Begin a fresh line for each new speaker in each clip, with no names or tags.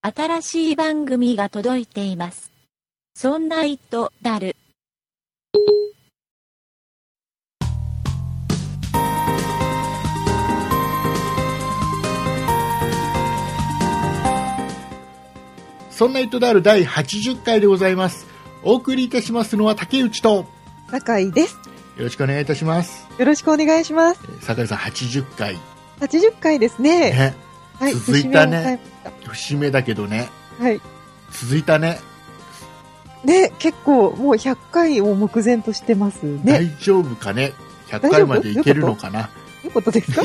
新しい番組が届いています。そんな糸だる。
そんな糸である第80回でございます。お送りいたしますのは竹内と、よ
中井です。
ろしくお願いいたします。
よろしくお願いします
え。ー酒井さん、80回、
80回ですね。
ね。
はい、
続いたね
節目を
節目
迎え
だけどね、
ました。
続いたね。
はい。ね、結構もう100回を目前としてますね。
大丈夫かね。100回
大丈夫
までいけるのかな。
ということで すか
い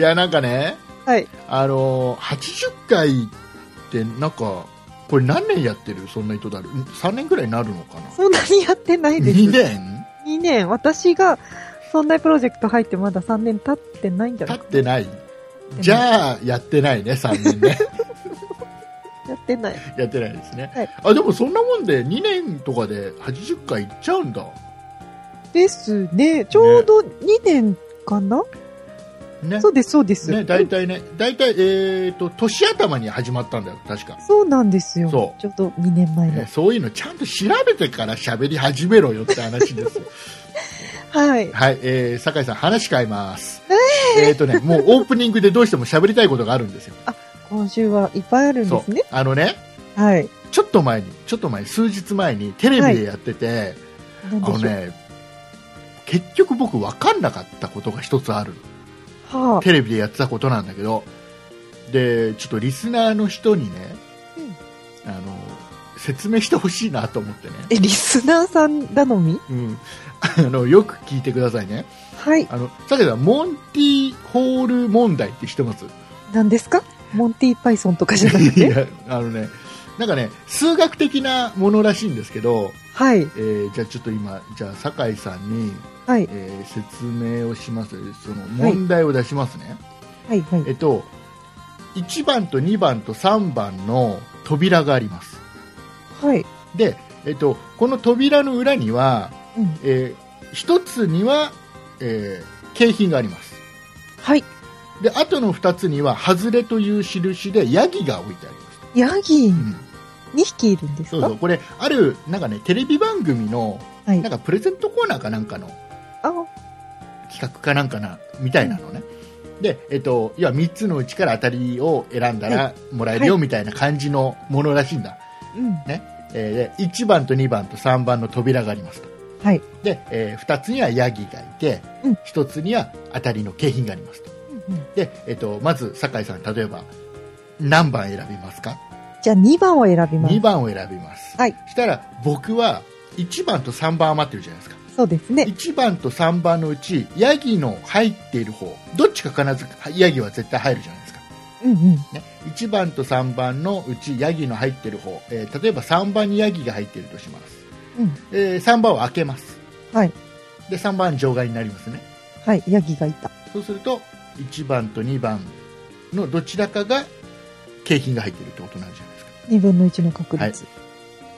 や、なんかね、
はい。
あのー、80回って、なんか、これ何年やってるそんな糸である。ん3年くらいになるのかな。
そんなにやってないです。
2年
2年。私が、そんなプロジェクト入ってまだ3年経ってないんじゃな
経
い
ってない。じゃあ、やってないね、3年ね。
やってない。
やってないですね、
はい
あでもそんなもんで2年とかで80回いっちゃうんだ
ですね。ちょうど2年かな、
ね
そうです、そうです。
ね大体ね大体えっ、と年頭に始まったんだよ確か、
そうなんですよ。
そう
ちょうど2年前の。
ねそういうのちゃんと調べてから喋り始めろよって話です
はい。
はい、えー、酒井さん話変えますえっ、とねもうオープニングでどうしても喋りたいことがあるんですよ
今週はいっぱいあるん
そ
です
う
ね。
あのね
はい。
ちょっと前にちょっと前数日前にテレビでやってて、
なん
あ
でしょ
の
う。
ね結局僕分かんなかったことが一つあるの
は
テレビでやってたことなんだけど、で、ちょっとリスナーの人にね、あの、説明してほしいなと思ってね。
え、リスナーさん頼み
うん。 あの、よく聞いてくださいね。
はい。
あの、さっきのモンティホール問題って知ってます
何ですかモンティ・パイソンとかじゃなく
い
て
や、あのね、なんかね、数学的なものらしいんですけど、
はい。
えーじゃあちょっと今、じゃあ酒井さんに、
はい。
えー説明をします。その問題を出しますね。
はい。は
え
い。
っと、1番と2番と3番の扉があります。
はい。
で、えっと、この扉の裏には、
うん。
えー、1つには、えー景品があります。
はい。
で、あとの2つには、外れという印で、ヤギが置いてあります。
ヤギ
うん、
2匹いるんです
そうそ
か
う。これ、ある、なんかね、テレビ番組の、
はい
なん。かプレゼントコーナーかなんかの
あ、
企画かなんかな、みたいなのね。で、えっと、要は3つのうちから当たりを選んだらもらえるよ、みたいな感じのものらしいんだ。
うん。
えーで1番と2番と3番の扉がありますと
はい。
で、え2つにはヤギがいて、
うん
1つには当たりの景品がありますと
うんうん
で、えっとまず酒井さん例えば何番選びますか、
じゃあ2番を選びま
2
す。
番を選びます、
はい
したら僕は1番と3番余ってるじゃないですか
そうですね。
1番と3番のうちヤギの入っている方どっちか必ずヤギは絶対入るじゃないですか
うんうん。
ね、1番と3番のうちヤギの入ってる方、えー例えば3番にヤギが入ってるとします、
うん
えー3番を開けます、
はい
で3番場外になりますね
はい。ヤギがいた。
そうすると1番と2番のどちらかが景品が入ってるってことになるじゃないですか
2分の1の確率。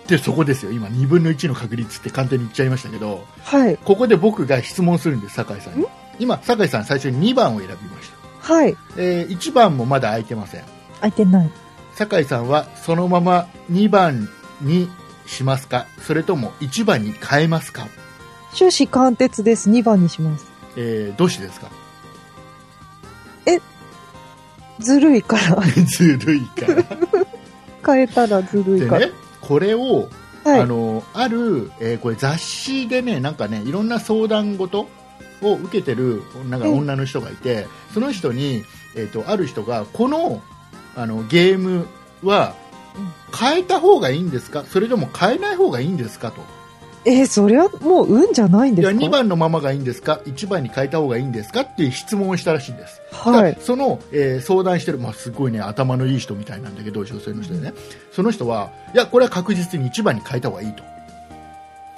でそこですよ今2分の1の確率って簡単に言っちゃいましたけど
はい。
ここで僕が質問するんです酒井さんに
ん
今酒井さん最初に2番を選びまし
はい。
た、え1番もまだ開いてません
空いてない。
酒井さんはそのまま2番にしますかそれとも1番に変えますか、
終始貫徹です。2番にします。
えー、どうしてですか
ずるいから。
ずるいから。
変えたらずるい
で
から。
ね、これを、
はい
あ。の、ある、えーこれ雑誌でね、なんかね、いろんな相談事を受けてる、なんか
うん
女の人がいて、その人に、えっ、と、ある人が、この、あの、ゲームは
うん、
変えた方がいいんですかそれとも変えない方がいいんですかと。
えー、そりゃもう運じゃないんで
いや
す
2
か
番のままがいいんですか1番に変えた方がいいんですかっていう質問をしたらしいんです、
は
だ
い
から。その、えー相談してる、まあ、すごいね頭のいい人みたいなんだけど女性の人でねその人はいやこれは確実に1番に変えた方がいいと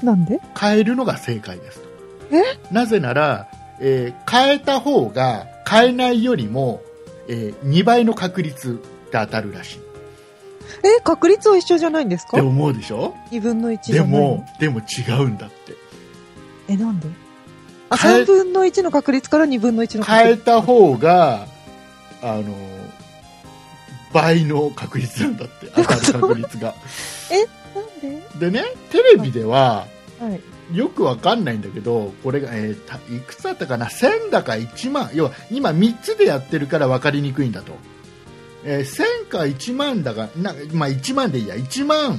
なんで
変えるのが正解ですと
え
なぜなら、えー変えた方が変えないよりも、え2倍の確率で当たるらしいっ
えー、確率は一緒じゃないんですか
て思うでしょ
2分の1じ
で
ゃない
もでも違うんだって
えなんであ
変え
3分の1の確率から2分の1の確
変え
率
た方があの倍の確率なんだって当たる確率が
なんで
でねテレビでは
はい。
よくわかんないんだけどこれが、えーたいくつだったかな1000だか1万要は今3つでやってるから分かりにくいんだと、えー1000か1万だがな、まあ、1万でいいや1万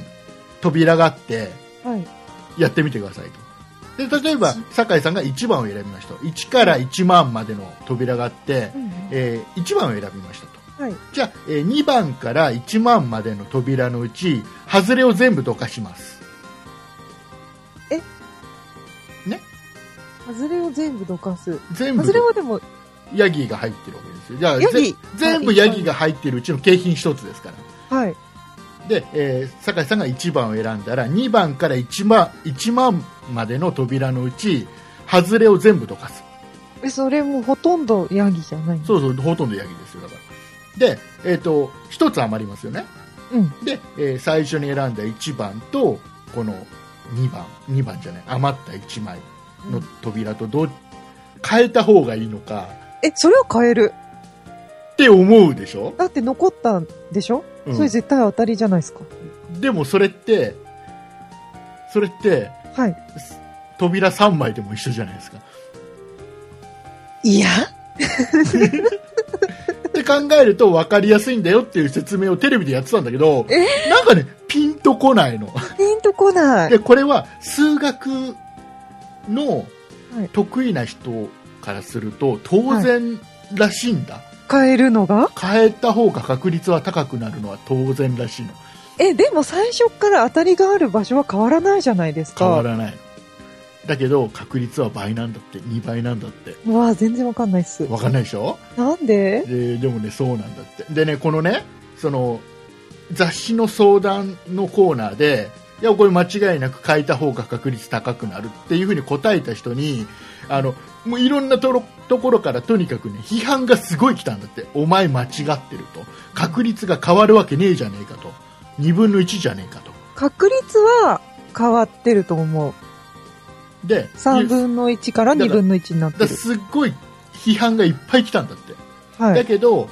扉があって
はい。
やってみてくださいとで例えば酒井さんが1番を選びました1から1万までの扉があって、
うん
えー1番を選びましたと
はい。
じゃあ、えー2番から1万までの扉のうち外れを全部どかします
外れを全部どかす。
全部
外れはでも、
ヤギが入ってるわけですよじゃあ
ヤ
ぜ
ギ。
全部ヤギが入ってるうちの景品一つですから
はい。
で、えー酒井さんが1番を選んだら2番から1万 ,1 万までの扉のうち外れを全部どかす
え、それもうほとんどヤギじゃない。
そうそうほとんどヤギですよだからで、えー、と1つ余りますよね
うん。
で、えー最初に選んだ1番とこの2番2番じゃない余った1枚の扉とどう変えた方がいいのか
え、それを変える。
って思うでしょ、
だって残ったんでしょ、
うん
それ絶対当たりじゃないですか。
でもそれってそれって
はい。
扉3枚でも一緒じゃないですか
いや
って考えると分かりやすいんだよっていう説明をテレビでやってたんだけどなんかねピンとこないの
ピンとこない。
でこれは数学の
はい
得意な人からすると当然らしいんだ、
変えるのが
変えた方が確率は高くなるのは当然らしいの
え、でも最初から当たりがある場所は変わらないじゃないですか。
変わらないのだけど確率は倍なんだって2倍なんだって
うわ全然わかんないっす。
分かんないでしょ
なんで
ででもねそうなんだってでねこのねその雑誌の相談のコーナーでいやこれ間違いなく変えた方が確率高くなるっていうふうに答えた人にあのもういろんなとろところからとにかくね批判がすごい来たんだってお前間違ってると確率が変わるわけねえじゃねえかと2分の1じゃねえかと
確率は変わってると思う。
で
3分の1から2分の1になって
だ
る。
すっごい批判がいっぱい来たんだって
は
だ
い。
けど、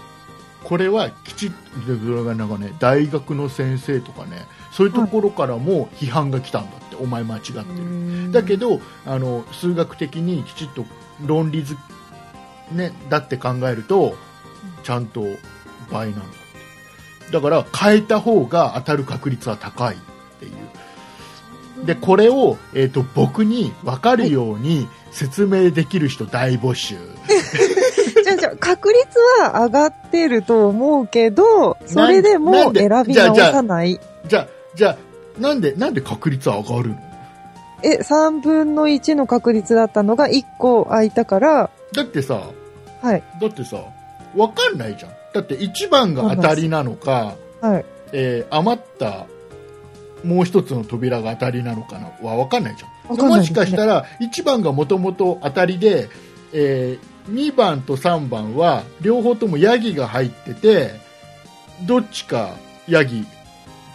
これはきちっと、なんかね、大学の先生とかね、そういうところからも批判が来たんだって、お前間違ってる。だけ
ど、
どあの、数学的にきちっと論理づ、ね、だって考えると、ちゃんと倍なんだって。だから、変えた方が当たる確率は高いっていう。で、これを、えっ、と、僕に分かるように説明できる人大募集。
じゃあじゃあ確率は上がってると思うけど、それで
な
も
んで
選び直さない。
じゃあ、じゃあ、なんで、なんで確率は上がるの
え、3分の1の確率だったのが1個空いたから、
だってさ、
はい、
だってさ、わかんないじゃん。だって1番が当たりなのか、
はい。
えー余ったもう一つの扉が当たりなのかなはわかんないじゃん。
わかんない
も
です
し
ね
かしたら1番がもともと当たりで、え2番と3番は両方ともヤギが入ってて、どっちかヤギ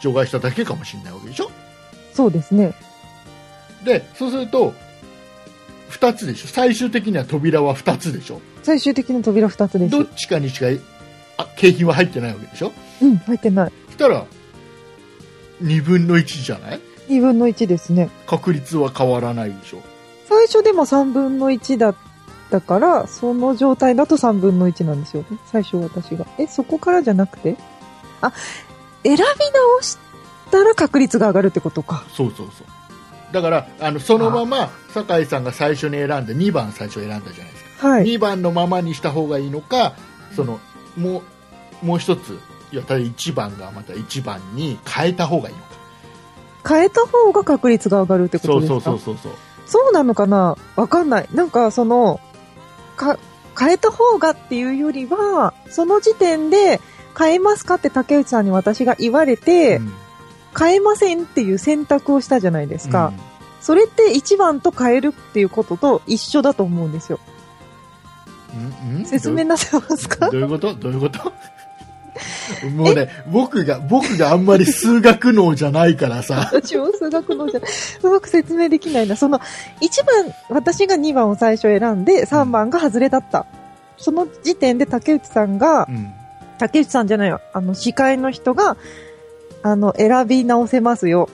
除外しただけかもしれないわけでしょ
そうですね。
で、そうすると、2つでしょ最終的には扉は2つでしょ
最終的な扉2つです
ど。っちかにしかあ景品は入ってないわけでしょ
うん、入ってない。
そしたら2分の1じゃない
2分の1ですね。
確率は変わらないでしょ
最初でも3分の1だったから、その状態だと3分の1なんですよね。最初私が。え、そこからじゃなくてあ、選び直したら確率が上がるってことか。
そうそうそうだからあのそのまま酒井さんが最初に選んだ2番最初選んだじゃないですか、
はい。
2番のままにした方がいいのかそのもうもう一ついやただ1番がまた1番に変えた方がいいのか
変えた方が確率が上がるってこ
そ
と
う
ですか
そうそうそうそう
そうなのかなわかんない。なんか、その、か、変えた方がっていうよりは、その時点で、変えますかって竹内さんに私が言われて、
うん
変えませんっていう選択をしたじゃないですか。
うん
それって1番と変えるっていうことと一緒だと思うんですよ。
うんうん
説明なせますか
どういうことどういうこと もうね、僕が、僕があんまり数学能じゃないからさ。
私も数学のじゃ、うまく説明できないな。その、1番、私が2番を最初選んで、3番が外れだった。その時点で竹内さんが
う、ん。
竹内さんじゃないよ。あの、司会の人が、あの、選び直せますよ。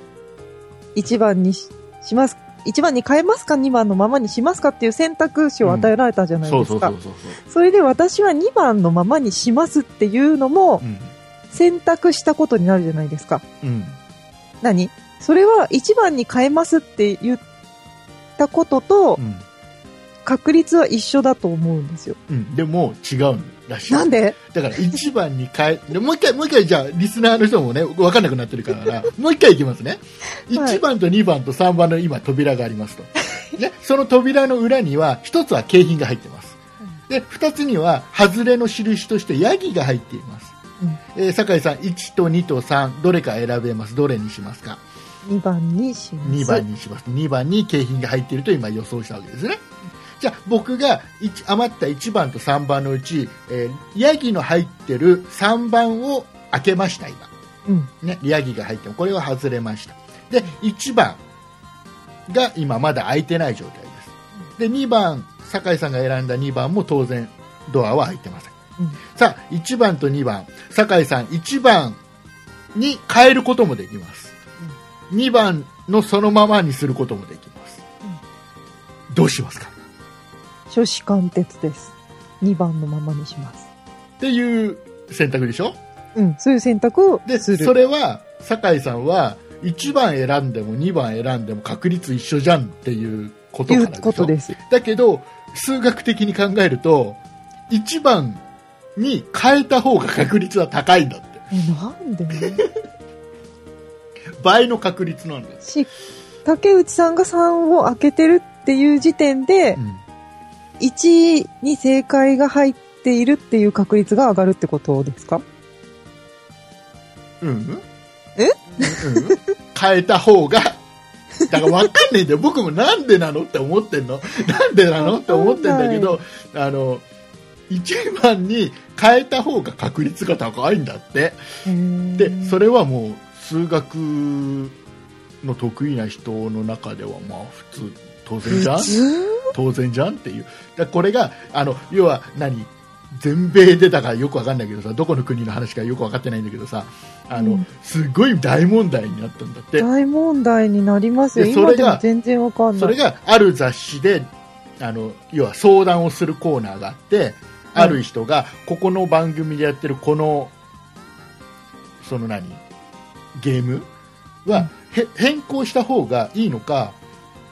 1番にしします。1番に変えますか ?2 番のままにしますかっていう選択肢を与えられたじゃない
そ
で
うそ
す
うそ
か
う。そう
それで私は2番のままにしますっていうのも
そう、うん
選択したことになるじゃないですか。
うん
何それは1番に変えますって言ったことと
う、ん
確率は一緒だと思うんですよ。
うん、でも違うらしい
なんで
だから1番に変え でもう一回もう一回じゃあリスナーの人もね分かんなくなってる からもう一回いきますね、
はい
1番と2番と3番の今扉がありますと、ね、その扉の裏には1つは景品が入ってますで2つには外れの印としてヤギが入っています、えー酒井さん1と2と3どれか選べますどれにしますか
2番にします。
2番にします2番に景品が入っていると今予想したわけですねじゃあ僕が一余った1番と3番のうち、えーヤギの入ってる3番を開けました今、
うん
ね、ヤギが入ってるこれは外れましたで1番が今まだ開いてない状態ですで2番酒井さんが選んだ2番も当然ドアは開いてません、
うん
さあ1番と2番酒井さん1番に変えることもできます2番のそのままにすることもできます、どうしますか
書士貫徹です。2番のままにします。
っていう選択でしょ
うん、そういう選択を
です
る。
それは酒井さんは1番選んでも2番選んでも確率一緒じゃんっていうこと
い
から
う
でしょ
ことです。
だけど数学的に考えると1番に変えた方が確率は高いんだって
え、なんで
倍の確率なんだって、
し、竹内さんが3を開けてるっていう時点で、1に正解が入っているっていう確率が上がるってことですか
うんうん
え
うんうん変えた方がだから分かんないんだよ僕もなんでなのって思ってんのなんでなのって思ってんだけどあの1番に変えた方が確率が高いんだってで
で
それはもう数学の得意な人の中ではまあ普通当然じゃん
普通
当然じゃんっていうだこれがあの要は何全米でだからよくわかんないけどさどこの国の話かよくわかってないんだけどさあの、
うん
すごい大問題になったんだって
大問題になりますよ。
でそ
今
れ
で
が
も全然わかん
そ
な
れ
い。
がある雑誌であの要は相談をするコーナーがあってある人がここの番組でやってるこのその何ゲームは、へ変更した方がいいのか、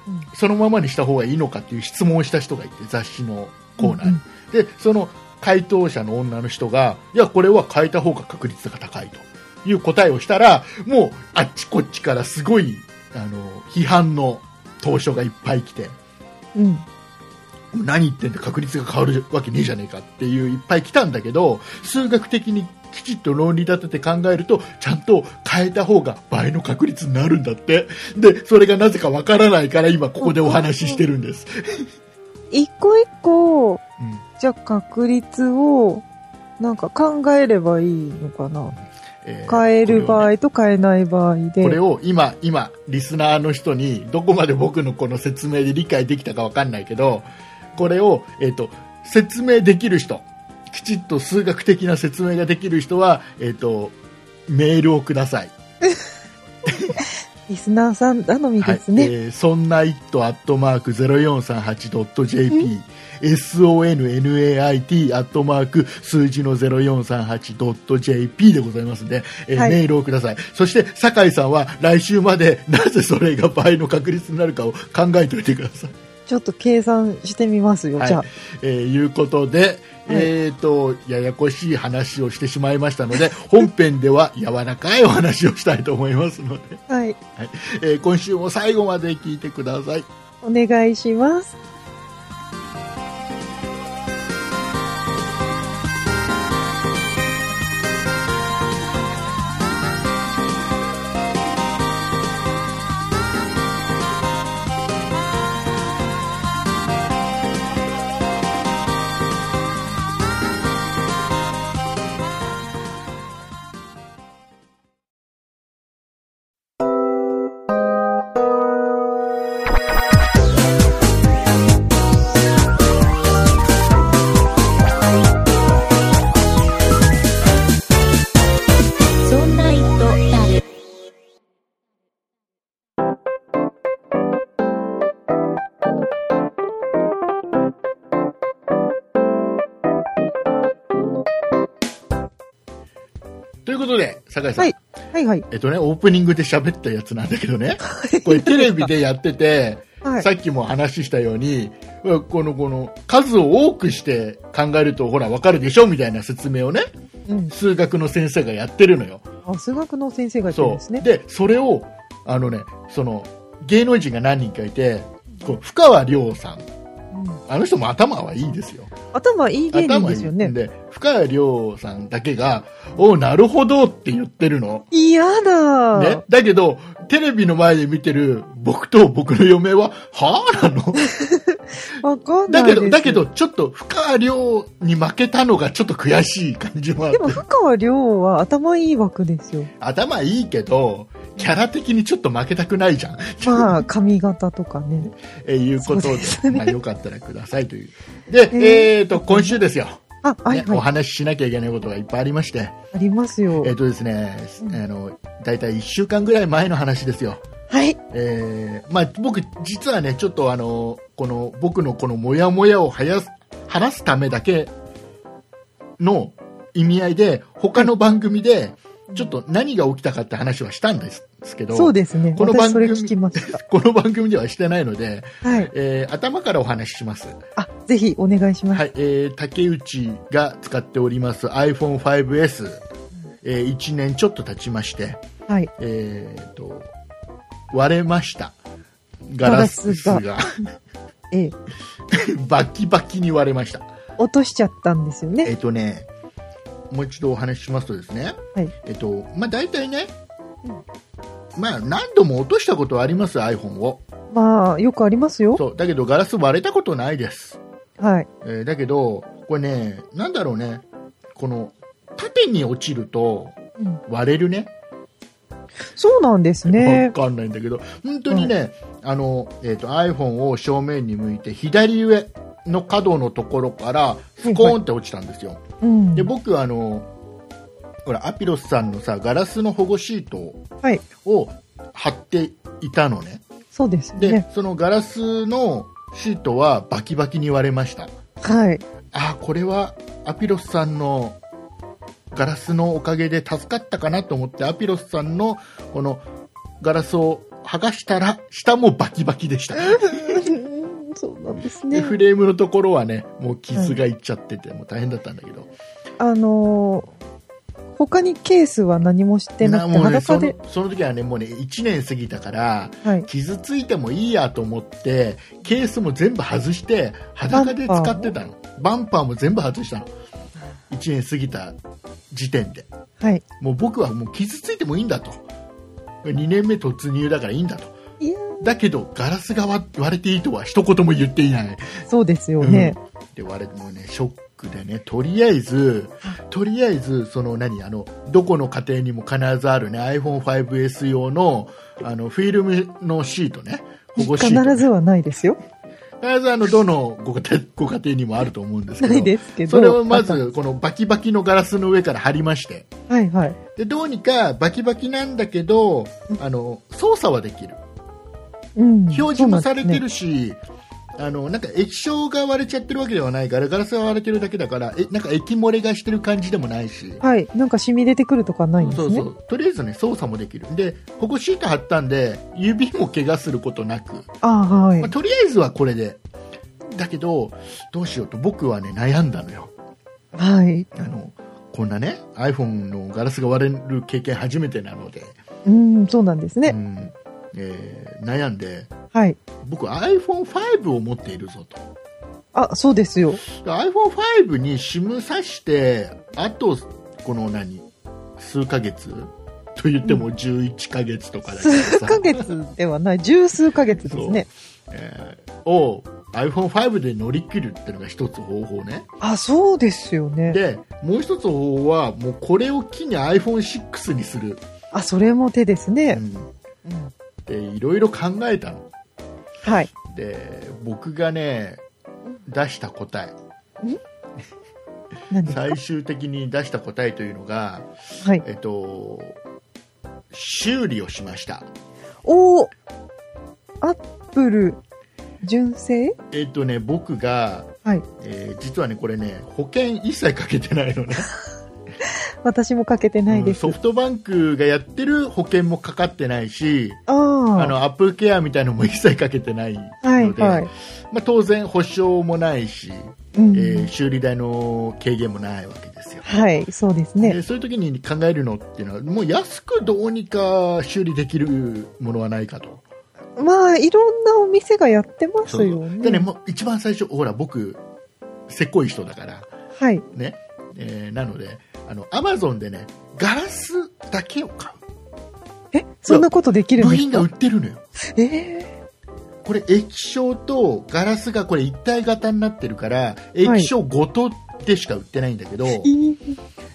うん
そのままにした方がいいのかっていう質問をした人がいて雑誌のコーナーに、でその回答者の女の人がいやこれは変えた方が確率が高いという答えをしたらもうあっちこっちからすごいあの批判の投書がいっぱい来て
うん。
もう何言ってんだ確率が変わるわけねえじゃねえかっていういっぱい来たんだけど数学的にきちっと論理立てて考えるとちゃんと変えた方が倍の確率になるんだってでそれがなぜかわからないから今ここでお話ししてるんです、
一個一個、
うん
じゃあ確率を、なんか考えればいいのかな。
えー
変える場
これをね
合と変えない場合で。
これを今、今、リスナーの人に、どこまで僕のこの説明で理解できたかわかんないけど、これを、えっ、と、説明できる人、きちっと数学的な説明ができる人は、えっ、と、メールをください。
リスナーさん頼み
は
で
い。
すね。
えーそんな it アットマーク 0438.jp、sonnait アットマーク数字の 0438.jp でございますので、えー
はい
メールをください。そして、酒井さんは来週までなぜそれが倍の確率になるかを考えておいてください。
ちょっと計算してみますよ、
はい
じゃあ。
えーいうことで、えっ、と、ややこしい話をしてしまいましたので、 本編では柔らかいお話をしたいと思いますので、
はい。
えー今週も最後まで聞いてください。
お願いします。
ということで、酒井さん、
はいはいはい。
えっとね、オープニングで喋ったやつなんだけど ね、これテレビでやってて、
はい。
さっきも話したように、この、この、数を多くして考えると、ほら、わかるでしょみたいな説明をね、
うん。
数学の先生がやってるのよ。
あ、数学の先生がやってるん
そ
です
う。
ね。
で、それを、あのね、その、芸能人が何人かいて、こう深川亮さん。
うん
あの人も頭はいいんですよ。
頭いい芸人
頭い
で
い
すよね
ん。で、深川亮さんだけが、おうなるほどって言ってるの。
嫌だ。
ね。だけど、テレビの前で見てる僕と僕の嫁は、はぁなの
わかんな
だ
い
け
です。
ど、だけど、ちょっと、深川亮に負けたのがちょっと悔しい感じもあっ
で
て
も、深川亮は頭いい枠です よ。
頭いいけど、キャラ的にちょっと負けたくないじゃん。
まあ、髪型とかね。
えーいうこと
そう
で、
ですね
まあ、よかったらくださいという。で、
え
えっ、と、今週ですよ、
あ、はい
ねお
はい。
話ししなきゃいけないことがいっぱいありまして、
ありますよ
えっ、。とですね、
うん
あの、だいたい1週間ぐらい前の話ですよ。
はい。
えーまあ、僕、実はね、ちょっとあの、この、僕のこのモヤモヤをはやす、話すためだけの意味合いで、他の番組で、ちょっと何が起きたかって話はしたんですけど、
そうですね。
この番
私そ
組
れ聞きました。
この番組ではしてないので、
はい。
えー頭からお話しします。
あ、ぜひお願いします。
はい、えー竹内が使っております iPhone5S、えー1年ちょっと経ちまして、
はい。
えーと割れましたガラスが
ガええ、
バキバキに割れました
落としちゃったんですよ
え
ね。
っ、とねもう一度お話ししますとですね、
はい
えっ、とまあ大体ね
う
まあ何度も落としたことはあります iPhone を
まあ、よくありますよ。
そうだけどガラス割れたことないです
はい。
えーだけど、これね、なんだろうね、この縦に落ちると
うん
割れるね、
そうなんです
わ
ね。
かんないんだけど、本当にね、あのえー、と iPhone を正面に向いて、左上の角のところから、スコーンって落ちたんですよ。
うん
で、。僕あのほらアピロスさんのさガラスの保護シート
はい。
を貼っていたのね
そうです
で
ね。
そのガラスのシートはバキバキに割れました
はい。
あこれはアピロスさんのガラスのおかげで助かったかなと思ってアピロスさんのこのガラスを剥がしたら下もバキバキで した、
うんそうなんです
で
ね。
フレームのところはねもう傷がいっちゃってて、もう大変だったんだけど
あのー他にケースは何もしてなくて、
もうねそ
裸
の
で。
その時はねもうね1年過ぎたから
はい。
傷ついてもいいやと思ってケースも全部外して裸で使ってたのバンパーも全部外したの1年過ぎた時点で
はい。
もう僕はもう傷ついてもいいんだと2年目突入だからいいんだと
いや
だけどガラスが割割れていいとは一言も言っていない
ーそうですよね。
で割れてもうねショックでねとりあえずとりあえずその何あのどこの家庭にも必ずあるね iPhone5S 用のあのフィルムのシートね保護シ
必
ートね、
ずはないですよ。
必ずあのどのご家庭ご家庭にもあると思うんですけ
な
ど
いですけど。
それをま
あ
ずこのバキバキのガラスの上から貼りまして
と。はいはい。
でどうにかバキバキなんだけどあの操作はできる
うん。
表示もされて
そうなんで
るし、あのなんか液晶が割れちゃってるわけではないからガラスが割れてるだけだからえなんか液漏れがしてる感じでもないし、
すね。はい。なんか染み出てくるとかないんです
そ
ね。
うそうとりあえずね操作もできるでここシート貼ったんで指も怪我することなく、
ああ、はい
まあ、。とりあえずはこれでだけどどうしようと僕はね悩んだのよ
はい。
あのこんなね iPhone のガラスが割れる経験初めてなので、
うん、そうなんです
う
ね。
んえー悩んで
はい。
僕 iPhone5 を持っているぞと
あ、そうですよ。
iPhone5 に SIM 挿してあとこの何数ヶ月と言っても11ヶ月とかだけど
数
さ、
ヶ月ではない、十数ヶ月ですね。
えーを iPhone5 で乗り切るっていうのが一つ方法ね
あ、そうですよね。
でもう一つ方法はもうこれを機に iPhone6 にする、
あ、それも手です
う
ね。
ん、
うん
でいろいろ考えたの
はい。
で僕がね出した答え
何ですか
最終的に出した答えというのが、
はい。
えっと、修理をしました
おーアップル、純正
えっとね、僕が、
はい。
えー実はね、これね、保険一切かけてないのね。
私もかけてないです。
ソフトバンクがやってる保険もかかってないし、あ
あ
のアップルケアみたいのも一切かけてないの
あ。はい
で、
はい。
まあ、当然保証もないし、
うん
えー修理代の軽減もないわけですよ、
はい、そうです
で
ね。
そういう時に考えるのっていうのはもう安くどうにか修理できるものはないかと
まあ、いろんなお店がやってますよね。
でねもう一番最初ほら僕せっこい人だから
はい。
ね、えーなのであのアマゾンでねガラスだけを買う
え、そんなことできるん
部
です
品が
か
売ってるのよ
え
これ液晶とガラスがこれ一体型になってるから液晶ごとでしか売ってないんだけど、
ー、いい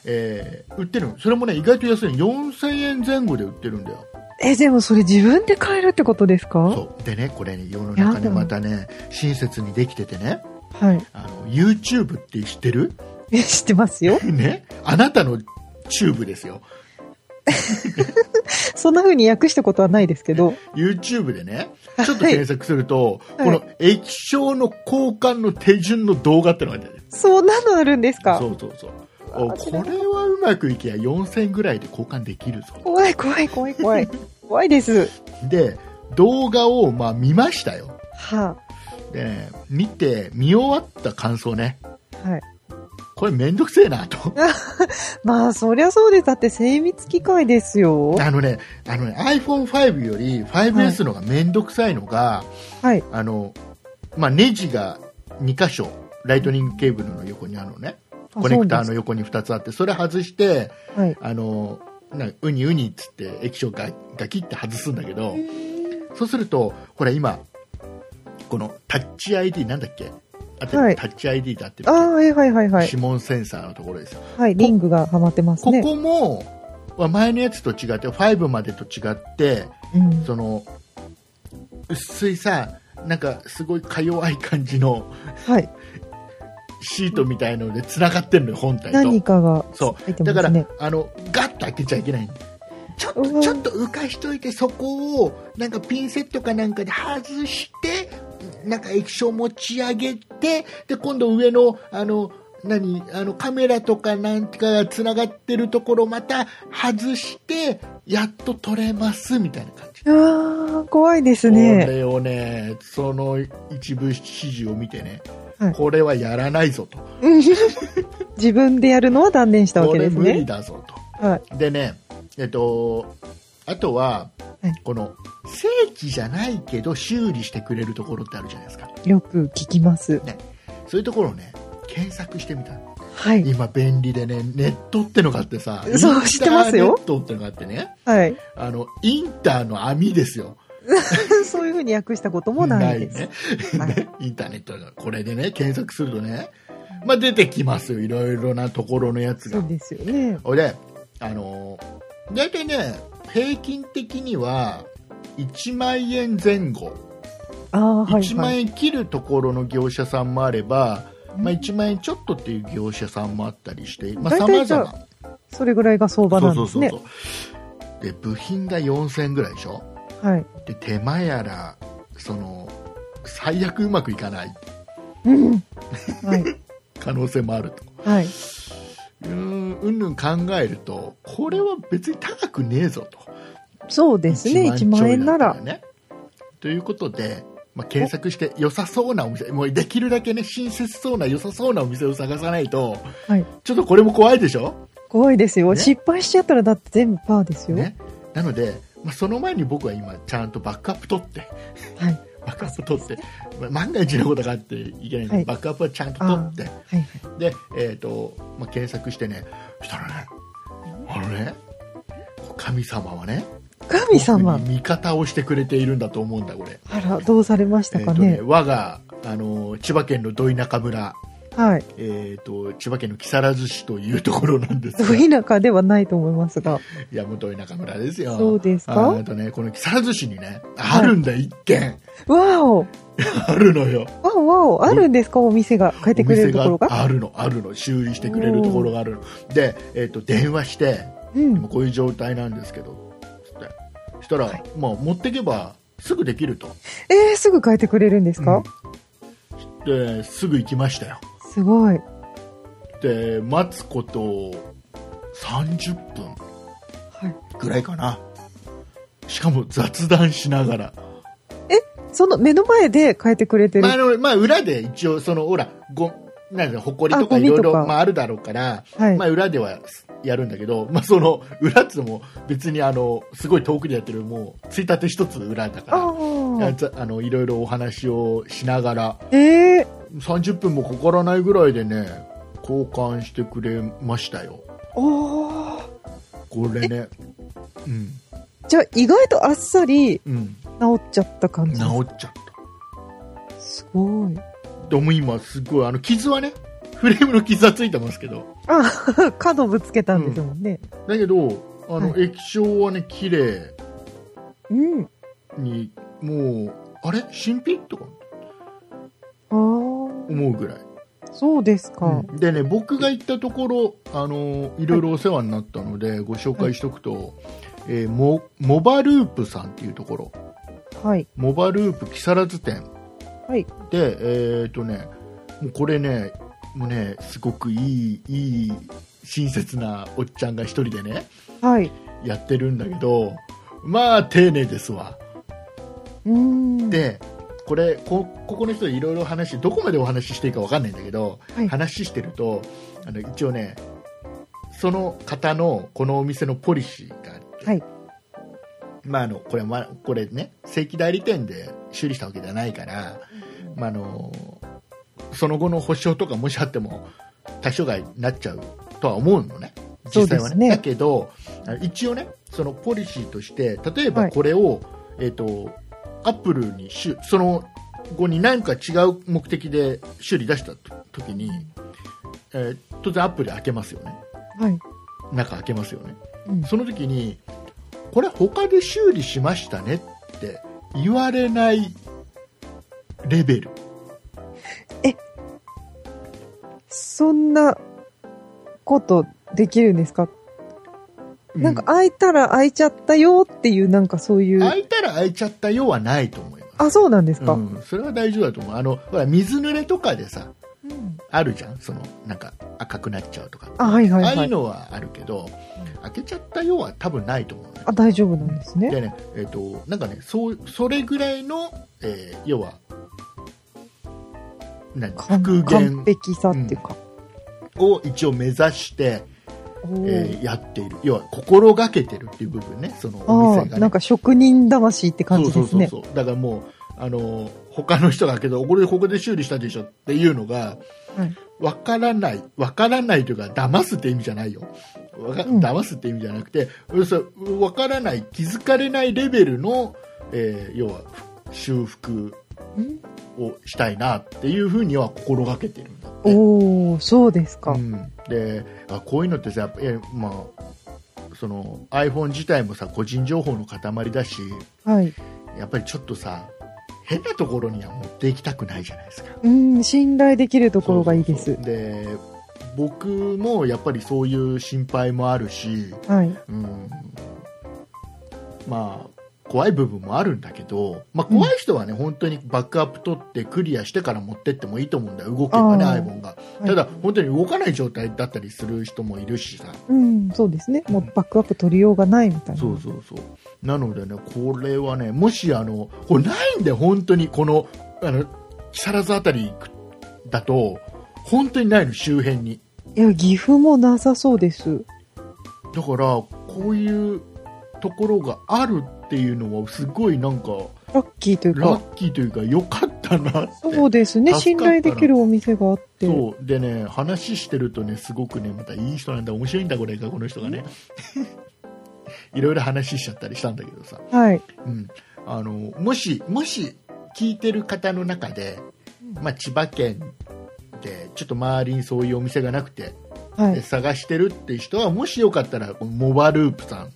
えー売ってるのそれもね意外と安いの4000円前後で売ってるんだよ
え、でもそれ自分で買えるってことですか
そうでねこれね世の中
や
ね
だ
またね親切にできててね
はい。
あの YouTube って知ってる
え、知ってますよ。
ねあなたのチューブですよ
そんな風に訳したことはないです けど。
YouTube でねちょっと検索すると、
はい
この液晶の交換の手順の動画ってのが出てる
そんなのあるんですか
そうそうそう
あ
おこれはうまくいけば4000円ぐらいで交換できるぞ
怖い怖い怖い怖い。怖いです。
で動画をまあ見ましたよ
は
でね見て見終わった感想ね
あ、はい。
これめんどくせえなと
まあ、そりゃそうです。だって精密機械ですよ。
あのねあのね iPhone5 より 5S のがめんどくさいのが、
はい。
あのまあ、ネジが2箇所ライトニングケーブルの横にあるのね
あ
コネクター
そ
の
う
横に2つあってそれ外して
なんです
あのなんかウニウニっつって液晶ガガキって外すんだけど、
はい。う
そうすると、ほら今、このタッチ ID なんだっけあってる、
はい
タッチ ID だってる
ーんああ、えはいはいはい。
指紋センサーのところですよ。
はい、リングがはまってます
こ
ね。
こも、は前のやつと違って、5までと違って、
うん
その、薄いさ、なんかすごいか弱い感じの
はい。
シートみたいので繋がってるのよ、本体と。
何かが
そ
入って
う。だか
ま
ら、
すね。
あの、ガッと開けちゃいけないちょっと、
うん
ちょっと浮かしといて、そこを、なんかピンセットかなんかで外して、なんか液晶持ち上げて、で、今度上の、あの、何あの、カメラとかなんかが繋がってるところまた外して、やっと撮れます、みたいな感じ。
ああ、怖いです
こ
ね。
れをね、その一部指示を見てね、
はい
これはやらないぞと。
うん自分でやるのは断念したわ
こ
け
れ
です
無理
ね。
だぞと。
はい。
でね、えっと、あとは、
はい
この正規じゃないけど修理してくれるところってあるじゃないですか
よく聞きます。
そういうところをね検索してみたの
はい。
今便利でねネットってのがあってさ
そう知ってますよ
インターネットってのがあってね
はい。
あのインターの網ですよ
そういうふうに訳したこともないです。
ね
はい
インターネットがこれでね検索するとね、まあ、出てきますよいろいろなところのやつ
そ
が
うですよね。
ほいで、あのー大体ね、平均的には1万円前後、
ああ、はい、はい。
1万円切るところの業者さんもあれば、まあ、1万円ちょっとっていう業者さんもあったりして、まあ、
大
様
体じゃあ
々
それぐらいが相場なんですね。
そうそうで部品が4000円ぐらいでしょ
はい。
で手間やらその最悪うまくいかない
うん。はい。
可能性もあると
はい。
うーんうんぬん考えるとこれは別に高くねえぞと
そうですね。1万円なら。
ね。ということで、まあ、検索して良さそうなお店もうできるだけね親切そうな良さそうなお店を探さないと
はい。
ちょっとこれも怖いでしょ、
怖いですよ。
ね
失敗しちゃったらだって全部パーですよ。
ね、なので、まあ、その前に僕は今ちゃんとバックアップ取って
はい。
バックアップ取って、まあ、万が一のことがあっていけないので、
はい
バックアップはちゃんと取って
はい。
で、えーとまあ、検索してねそしたらねあのね神様はね
神様
僕。に味方をしてくれているんだと思うんだこれ。
あら、どうされました
えー
か
と
ね
ね。我が、あのー千葉県の土田舎村、
はい。
えー、と千葉県の木更津市というところなんです
ど
がい
田舎ではないと思いますが。
やもう土田舎村ですよ
そうですか
あーあとねこの木更津市にねあるんだ一軒
わお
あるのよ
わおわおあるんですかお店が。変えてくれるところが。
あるのあるの修理してくれるところがあるので、えー、と電話して
うん。
今こういう状態なんですけどつってそしたら、
はい
まあ、持ってけばすぐできると
えー、すぐ変えてくれるんですか、
ですぐ行きましたよ
すごい。
で待つこと30分
はい。
ぐらいかなしかも雑談しながら
その目の前で変えてくれてる。
まあ、あ
は
のまあ裏で一応そのほらごなんだほこりとか
あゴ
い
ミと
ろ
か
いろまああるだろうから、
い。
まあ、裏ではやるんだけど、まあ、その裏っつうのも別にあのすごい遠くでやってるもうついたて一つ裏だ
あ
か
あ
らあざあのいろいろお話をしながら
ー。ええ
30分もかからないぐらいでね交換してくれましたよ
おー
これねうん
じゃあ意外とあっさり
うん
治っちゃった感
治
じ。
っちゃっ
すごい。
たでも今すごいあの傷はねフレームの傷はついてますけど
あ、 角ぶつけたんですもんね。
だけどあの、
は
液晶はね綺麗
うん。
にもうあれ新品とか
あ
思うぐらい、
あ、そうですか。
うんでね僕が行ったところあのいろいろお世話になったのでご紹介しとくと、えーモモバループさんっていうところ
はい。
モバループ木更津店、
はい
でえっ、とねもうこれねもうねすごくいいいい親切なおっちゃんが一人でね
はい。
やってるんだけどまあ丁寧ですわ
うーん。、
でこれこここの人いろいろ話どこまでお話ししていいかわかんないんだけど、
はい
話してるとあの一応ねその方のこのお店のポリシーがあって、
はい
まあ、あのこれはまあこれね正規代理店で修理したわけじゃないから、まあ、あのその後の保証とかもしあっても対象外になっちゃうとは思うのね実際はね
そうですね
だけどあの一応ねそのポリシーとして例えば
はい
これを、えっ、とアップルにしゅその後に何か違う目的で修理出したと時に、えー当然アップル開けますよね
はい。
中開けますよね
うん、
その時にこれ他で修理しましたねって言われないレベル
そんなことできるんですか、なんか開いたら開いちゃったよっていう、なんかそういう。
開いたら開いちゃったようはないと思います
あ、そうなんですか、
うん、それは大丈夫だと思うあのほら水濡れとかでさ
うん
あるじゃんそのなんか赤くなっちゃうとか
あ、はいはい
ああ。
はいいう
のはあるけど開けちゃったようは多分ないと思うね
あ、大丈夫なんですね。
でねえっとなんかねそうそれぐらいの、えー要は何
完
復元
完璧さっていうか。
を一応目指して、
おー
えーやっている要は心がけてるっていう部分ねそのお
あ
店
あ、
が、ね、
なんか職人魂って感じですね。
そうそうそうそうだからもうあの他の人がけどこれここで修理したでしょっていうのが、
はい
わからないわからないというか騙すって意味じゃないよわか
うん
騙すって意味じゃなくて、そうわからない気づかれないレベルの、えー要は修復
うん
をしたいなっていうふうには心がけてるんだって
おおそうですか。
うん、であこういうのってさやっぱえまあその iPhone 自体もさ個人情報の塊だし
はい。
やっぱりちょっとさ変なところには持っていきたくないじゃないですか
うん、信頼できるところがいいです。
そうそうそうで僕もやっぱりそういう心配もあるし、
はい。
うん、まあ怖い部分もあるんだけど、まあ、怖い人はね、本当にバックアップ取ってクリアしてから持ってってもいいと思うんだよ動けばね
あー
iPhone が、
い
ただ本当に動かない状態だったりする人もいるしさ、
うん、そうですね。もうバックアップ取りようがないみたいな。
そうそうそうなのでねこれはねもしあのこれないんで本当にこのあの木更津あたりだと本当にないの周辺に
いや、岐阜もなさそうです。
だからこういうところがあるっていうのはすごいなんか
ラッキーという
ラ
か。
ッキーというか良かったなって
そうですね。
助
信
かったな
頼できるお店があって。
そうでね話してるとねすごくねまたいい人なんだ面白いんだこれがこの人がね いろいろ話しちゃったりしたんだけどさ
はい。
うん、あのもしもし聞いてる方の中で、まあ、千葉県でちょっと周りにそういうお店がなくて、
はい。
探してるっていう人はもしよかったらこのモバループさん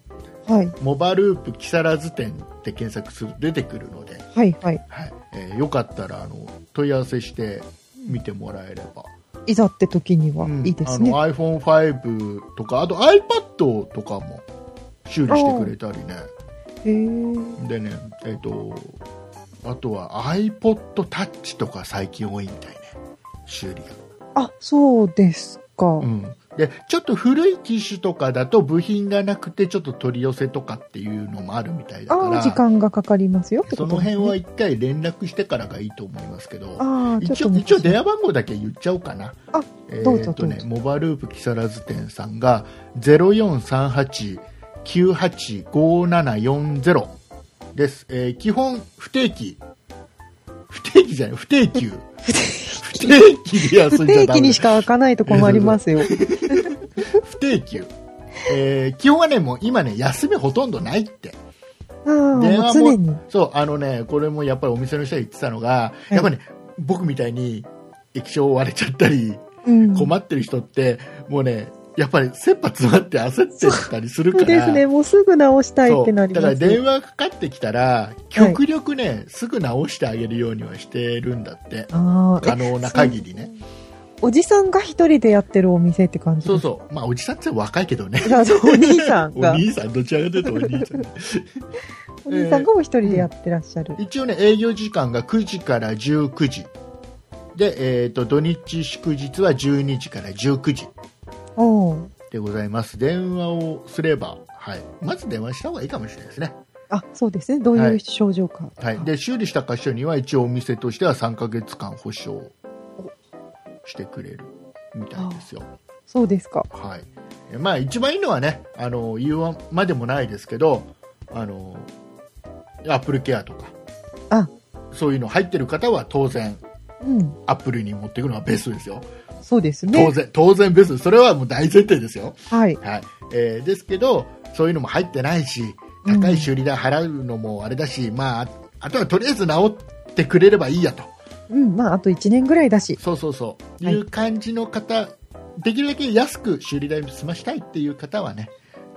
はい。
モバループ木更津店って検索する出てくるので、
はい。はい。
はいえーよかったらあの問い合わせして見てもらえれば、
いざって時には
うん
いいですね。
あの iPhone5 とかあと iPad とかも修理してくれたりね
へー
でねえっ、とあとは iPodTouch とか最近多いみたいね修理が
あ、そうですか。
うんでちょっと古い機種とかだと部品がなくてちょっと取り寄せとかっていうのもあるみたいだか
ああ、
ら
時間がかかりますよって
そ
こ
の
とですね
辺は一回連絡してからがいいと思いますけど
ああ、ちょ
一応
っとね
一応電話番号だけ言っちゃおうかな
あ
え
どうぞ
ーとね
どうぞ
モバループ木更津店さんが0438985740です、えー基本不定期不定期じゃない不定休不定期で休
不
んじゃ
定
ダメ
期にしか開かないと困りま すよ。
不定休えー基本はねもう今ね休みほとんどないって
ああ、
電
もう
話
常に。
そう、あのね、これもやっぱりお店の人が言ってたのが、
い
やっぱりね、僕みたいに液晶割れちゃったり、
うん。
困ってる人って、もうね、やっぱり切羽詰まって焦ってたりする
そ
か
うで
ら、
すね、もうすぐ直したい
そ
っ
う
てな
だ
り
か
ます
ら
ね。
電話かかってきたら、極力ね、すぐ直してあげるようにはしてるんだって、
ああ、
可
え
能な限りね。
おじさんが一人でやってるお店って感じ
そうそう、まあ、おじさんって若いけどね。
あそう お兄さん
お
が、
兄さん、どちらかというとお兄さん。
お兄さんがも一人でやってらっしゃる。
一応ね営業時間が9時から19時で、えー、と土日祝日は12時から19時
おう
でございます電話をすれば、はい、まず電話した方がいいかもしれないですね、
あ、そうですね。どういう症状か。
はい、で修理した箇所には一応お店としては3ヶ月間保証をしてくれるみたいですよ、
そうですか。
はいえまあ、一番いいのはねあの言うまでもないですけどあのアップルケアとか
あ
そういうの入ってる方は当然
うん。
アップルに持っていくのはベストですよ、
そうです
当
ね。
然、当然ベストそれはもう大前提ですよ、
はい。
はいえーですけど、そういうのも入ってないし、
うん
高い修理代払うのもあれだし、まあ、あとはとりあえず治ってくれればいいやと、
うん。まあ、あと1年ぐらいだし。
そうそうそう、
はい
い、う感じの方、できるだけ安く修理代済ましたいっていう方はね、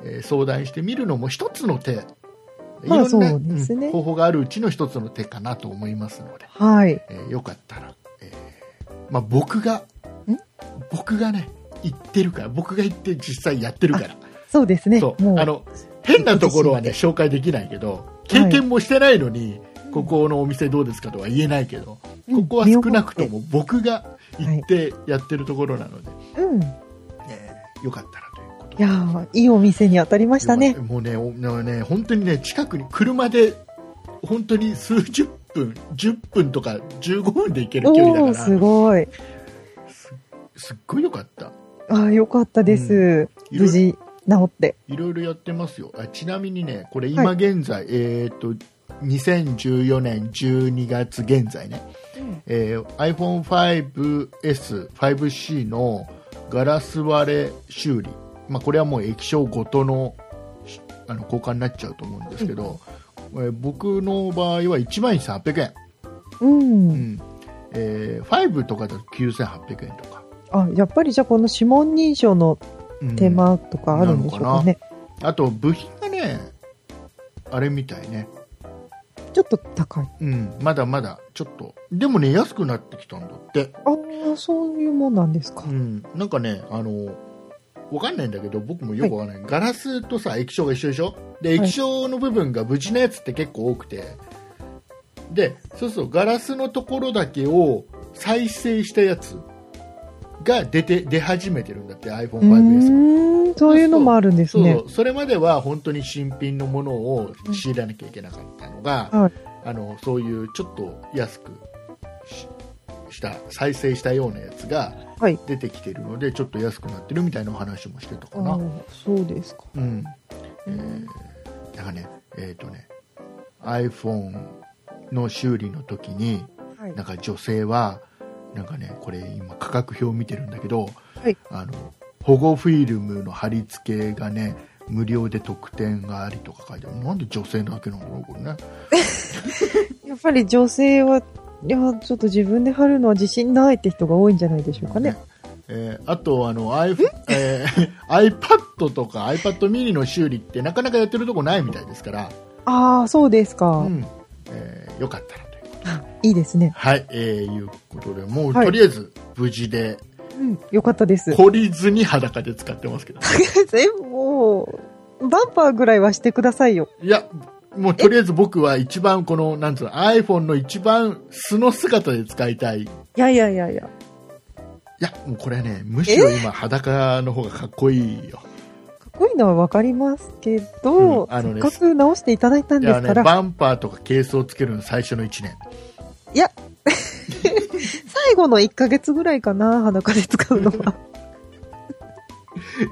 えー相談してみるのも一つの手、
まあ
いろんな
そうですね
ん方法があるうちの一つの手かなと思いますので。
はい。
えーよかったら、えーまあ、僕が
ん
僕がね言ってるから僕が言って実際やってるから
そうですね。
そう
もう。
あの変なところはね紹介できないけど経験もしてないのに、ここのお店どうですかとは言えないけど、
うん
ここは少なくとも僕が行ってやってるところなので、
うん。い
えーよかったらということで
やーいいお店に当たりましたね。
もうねおもうね本当にね近くに車で本当に数十分10分とか15分で行ける距離だ
お
か
お
ら
すごい。
すっごい良かった
ああ、よかったです。
うん
無事、治って。
いろいろやってますよあちなみにねこれ
は
今現在、えっ、と2014年12月現在ね、えー iPhone5S5C のガラス割れ修理、まあ、これはもう液晶ごとのしあの交換になっちゃうと思うんですけど、えー僕の場合は1万1800円、
うん。
うんえー5とかだと9800円とか、
あ、やっぱりじゃあこの指紋認証の
うん
手間とかあるんでしょうかね。
あと部品がねあれみたいね
ちょっと高い。
うん、まだまだちょっとでもね安くなってきたんだって、
ああ、そういうもんなんですか
う。ん、なんかねあのわかんないんだけど僕もよくわかんない、ガラスとさ液晶が一緒でしょで
はい
液晶の部分が無事なやつって結構多くて、でそうそうガラスのところだけを再生したやつが出て出始めてるんだって
う
iPhone5S が。
ーん、そういうのもあるんです
そう
ね。
それまでは本当に新品のものを仕入れなきゃいけなかったのが、
はい
あのそういうちょっと安くしした再生したようなやつが
はい
出てきてるので、ちょっと安くなってるみたいなお話もしてたか
あ
な、
ーそうですか。
うんえーだからねえっ、とね iPhone の修理の時に
はい
なんか女性はなんかねこれ今価格表を見てるんだけど、
はい
あの保護フィルムの貼り付けがね無料で特典がありとか書いてあるなんで女性だけなんだろうこれね
やっぱり女性は、いや、ちょっと自分で貼るのは自信ないって人が多いんじゃないでしょうかね。
えーあとあの iPhone、えー iPad とか iPad mini の修理ってなかなかやってるとこないみたいですから、
ああ、そうですか。
うんえーよかったらということで
いいですね。
はい、えーいうことでもう、
はい
とりあえず無事で
うん、よかったです。
懲りずに裸で使ってますけど
え、もう、バンパーぐらいはしてくださいよ。
いやもうとりあえず僕は一番このなんつうの iPhone の一番素の姿で使いたい
いやいやいやい
い
や。
や、もうこれはね、むしろ今、裸の方がかっこいいよ。
かっこいいのはわかりますけど、
うんあのね
せっかく直していただいたん
い
で
や
す
ね、
から、
バンパーとかケースをつけるの最初の1年。
最後の1ヶ月ぐらいかな、裸で使うのは。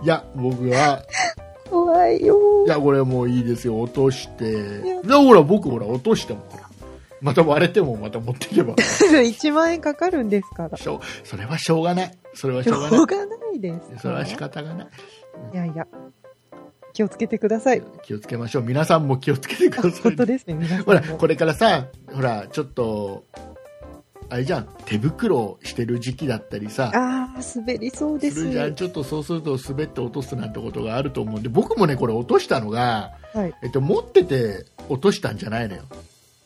いや、僕は、
怖いよ
い
ー。
や、これもういいですよ。落として。
いや
で、ほら、僕ほら、落としてもほら。また割れてもまた持ってい けば。
1万円かかるんですから。し
しょうそれはしょうがない。それはしょうがな
ょ
い。
うがないです。
それは仕方がない。
いやいや、気をつけてください。
気をつけましょう。皆さんも気をつけてくださ
本
い
当。ですね、皆さんも。
ほら、これからさ、ほら、ちょっと、あれじゃん、手袋をしてる時期だったりさ、
ああ、滑りそうですす。
るじゃん、ちょっとそうすると滑って落とすなんてことがあると思うんで、僕もね、これ落としたのが、
はい
えっと、持ってて落としたんじゃないのよ。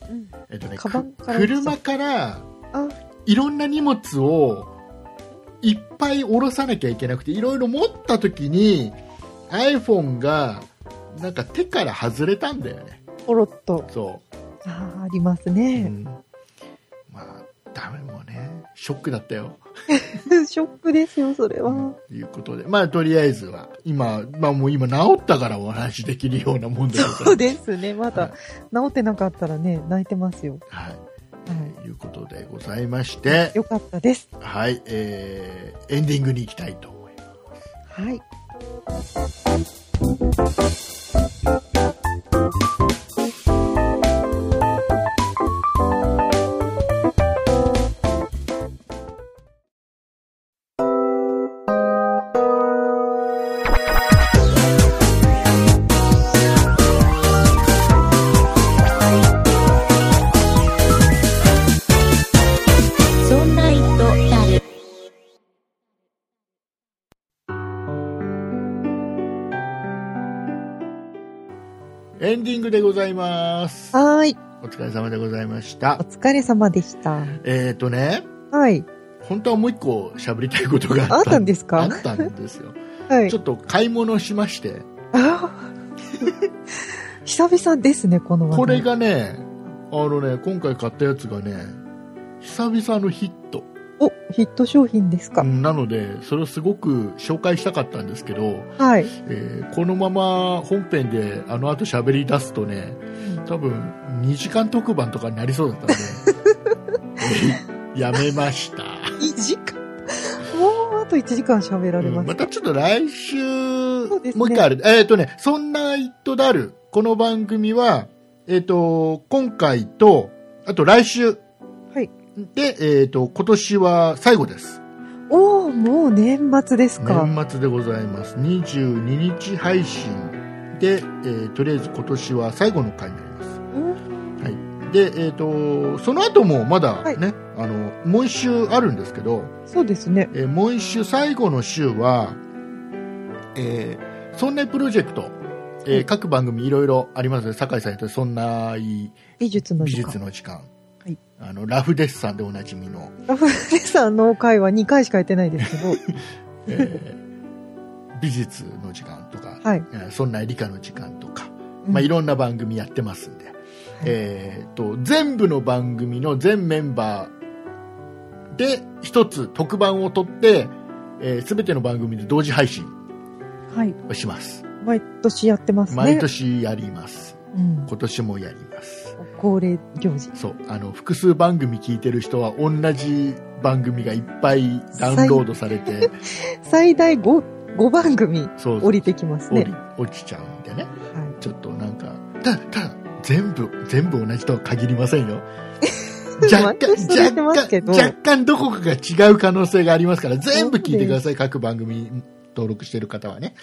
うん
えっとね、
カバンから
く車から
あ
いろんな荷物をいっぱい下ろさなきゃいけなくていろいろ持った時に iPhone がなんか手から外れたんだよね
ポロッと。
そ
ああ、あります
う、う
ね。
ん、まあダメもうねショックだったよ
ショックですよ、それは。
ということでまあとりあえずは今、まあ、もう今治ったからお話しできるようなもんだから
そうですね、ま
は
だ
い
治ってなかったらね、泣いてますよ。
はい
は
ということでございまして
い。よかったです。
はい、えーエンディングに行きたいと思います
はい。
そんな糸だる。
エンディングでございます
はーい。
お疲れ様でございまし
お
た。
疲れ様でした。
えっ、ー、とね、
はい。
本当はもう一個喋りたいことが
あ
あ
っ
った
たんです
あ
か
ったんですよ。
はい
ちょ。っと買い物をしまして、
あー 久々ですね、この話題
これ。がね、あのね、今回買ったやつがね、久々のヒット。
お、ヒット商品ですか、
うんなので、それをすごく紹介したかったんですけど、
はい。
えーこのまま本編であの後喋り出すとね、多分2時間特番とかになりそうだ ったので、やめました。
2時間。もうあと1時間喋られます。
うんまたちょっと来週、
うですね
もう一回ある。えっ、とね、そんなイットダル、この番組は、えっ、と、今回と、あと来週。
はい
で、えっ、と、今年は最後です。
おお、もう年末ですか。
年末でございます。22日配信で、えーとりあえず今年は最後の回になります。
うん
で、えっ、と、その後もまだ
はい
ね、あの、もう一週あるんですけど、
そうですね。
えーもう一週最後の週は、えーそんなプロジェクト、えー各番組いろいろありますね酒井さんとそんな美
美術の時
術
間。
の時間、
はい
あのラフデッサンでおなじみの、
ラフレさんの回は2回しかやってないで すけど。
えー 美術の時間とか、
はい。
えーそんな理科の時間とか、まあ、いろんな番組やってますんで、えーと全部の番組の全メンバーで一つ特番を取って、えー、全ての番組で同時配信
はい。
をします
毎年やってますね。
毎。年やります、
うん。
今年もやります
恒例行事。
そうあの複数番組聞いてる人は同じ番組がいっぱいダウンロードされ て
最大 5, 5番組
そう
降りてきます
降
ね
り。落ちちゃうんでね
は
ちょっとなんかただただ全部全部同じとは限りません よ若干
毎年それ言ってます
若
け
干
ど
若干どこかが違う可能性がありますから全部聞いてください各番組登録してる方はね、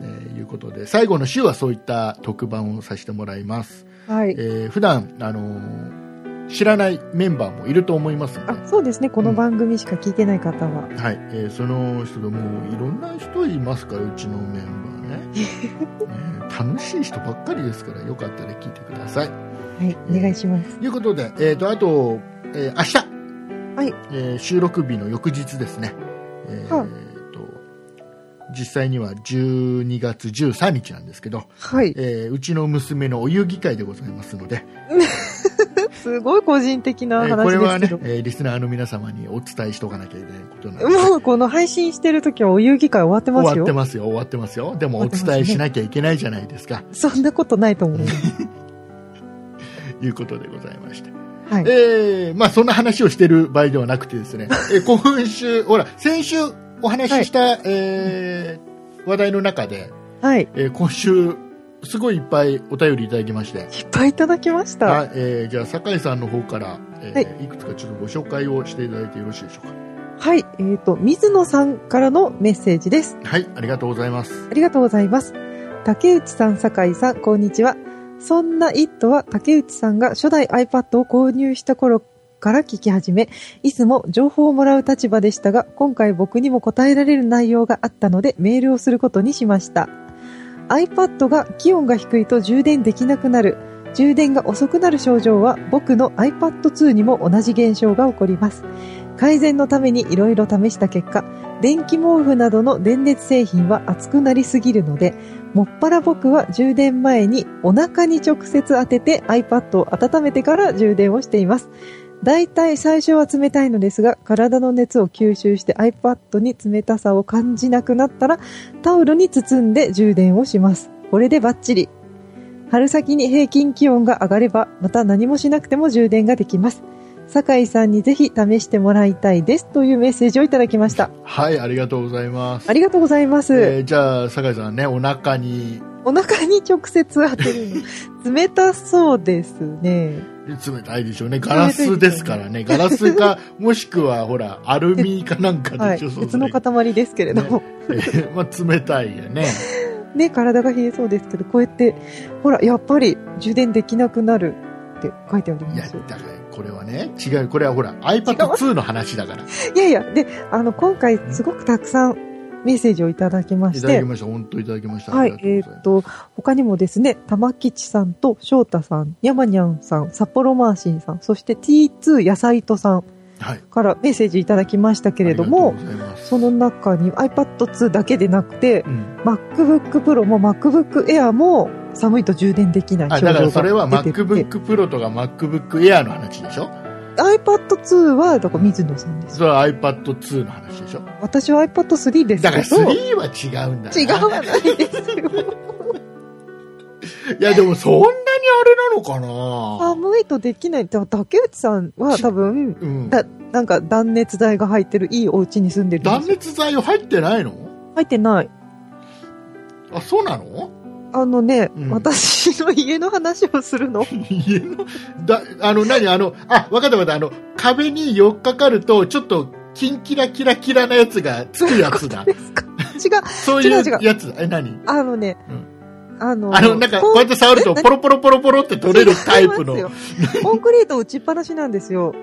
えーいうことで最後の週はそういった特番をさせてもらいます
い。はい。
えー普段あのー知らないメンバーもいると思いますの
あ、そうですね。この番組しか聞いてない方は。
で、はいえーその人がもういろんな人いますからうちのメンバーね、 えー楽しい人ばっかりですからよかったら聞いてください
はい。お願いします。
ということで、えー、とあと、えー明日、
はい
えー収録日の翌日ですね、えー
はい
と実際には12月13日なんですけど、
はい。
えーうちの娘のお遊戯会でございますので
すごい個人的な
えーこれ
話
は
ですけ
ね
ど。、
えーリスナーの皆様にお伝えしておかなきゃいけないことなんで。
もうこの配信してる時はお遊戯会終わってます
終わ
よ
って。ますよ、終わってますよ。でもお
終わってますね
伝えしなきゃいけないじゃないですか。
そんなことない と思います。
いうことでございまして。
はい。
えー、まあそんな話をしてる場合ではなくてですね、えー今週、ほら、先週お話しした、えー話題の中で、
はい。いっ
えー今週、すごいいっぱいお便りいただきまして、
ぱいいただきました。
あえーじゃあ、酒井さんの方から、えー、
はい
くつかちょっとご紹介をしていただいてよろしいでしょう
はい、えー、と、水野さんからのメッセージです。
か。はい、ありがとうございます。
ありがとうございます。竹内さん、酒井さん、こんにちは。そんな IT は竹内さんが初代 iPad を購入した頃から聞き始め、いつも情報をもらう立場でしたが、今回僕にも答えられる内容があったのでメールをすることにしました。iPad が気温が低いと充電できなくなる、充電が遅くなる症状は僕の iPad2 にも同じ現象が起こります。改善のためにいろいろ試した結果、電気毛布などの電熱製品は熱くなりすぎるので、もっぱら僕は充電前にお腹に直接当てて iPad を温めてから充電をしています。だいたい最初は冷たいのですが、体の熱を吸収して iPad に冷たさを感じなくなったら、タオルに包んで充電をします。これでバッチリ。春先に平均気温が上がれば、また何もしなくても充電ができます。酒井さんにぜひ試してもらいたいですというメッセージをいただきました。
はい、ありがとうございます。
ありがとうございます。
えーじゃあ、酒井さんね、お腹に
お腹に直接当てるの。冷たそうです ね。
冷たいでしょうね。ガラスですから ね。ガラスか、もしくは、ほら、アルミかなんかで
はい
しょ、そ。
別の塊ですけれども。
えー まあ、冷たいよ ね。
ね、体が冷えそうですけど、こうやって、ほら、やっぱり充電できなくなるって書いてあり
い
ま
や、
すよ。
だから、これはね、違う、これはほら、iPad2 の話だから。
いやいや、で、あの、今回すごくたくさんメッセージをいただきま
い
した
だ
て
き、ました、本当いただきました。
はい、
あり
え
が
っ
とうございます
と、他にもですね、玉吉さんと翔太さん、山にゃんさん、札幌マーシンさん、そして T2 野菜とさん
はい。
からメッセージいただきましたけれども、
ありがとうございます
その中に iPad2 だけでなくて
う、ん
MacBook Pro も MacBook Air も寒いと充電できない
あ
症
だ
状
からそれは
が出てて
MacBook Pro とか MacBook Air の話でしょ
iPad2 はだから水野さんです。
それは iPad2 の話でしょ
私は iPad3 です
だ
け
から
ど、違
3は違うんだな
わないですよ。
いやでもそんなにあれなのかな
寒いとできないって、竹内さんは多分、
うん
だなんか断熱材が入ってるいいお家に住んでるんですよ
断熱材は入ってないの
入ってない。
あそうなの
あのね、
うん
私の家の話をするの。
家のだあの何あのあわかったわかったあの壁に寄っかかるとちょっとキンキラキラキラなやつがつくやつ だ
ですか違う。
そうい
違う違
う
う
やつだえ何
あのね、
う
あの、
あの、なんか、こうやって触ると、
え
ポロポロポロポロって取れるタイプの
違い。ますよ コンクリート打ちっぱなしなんですよ。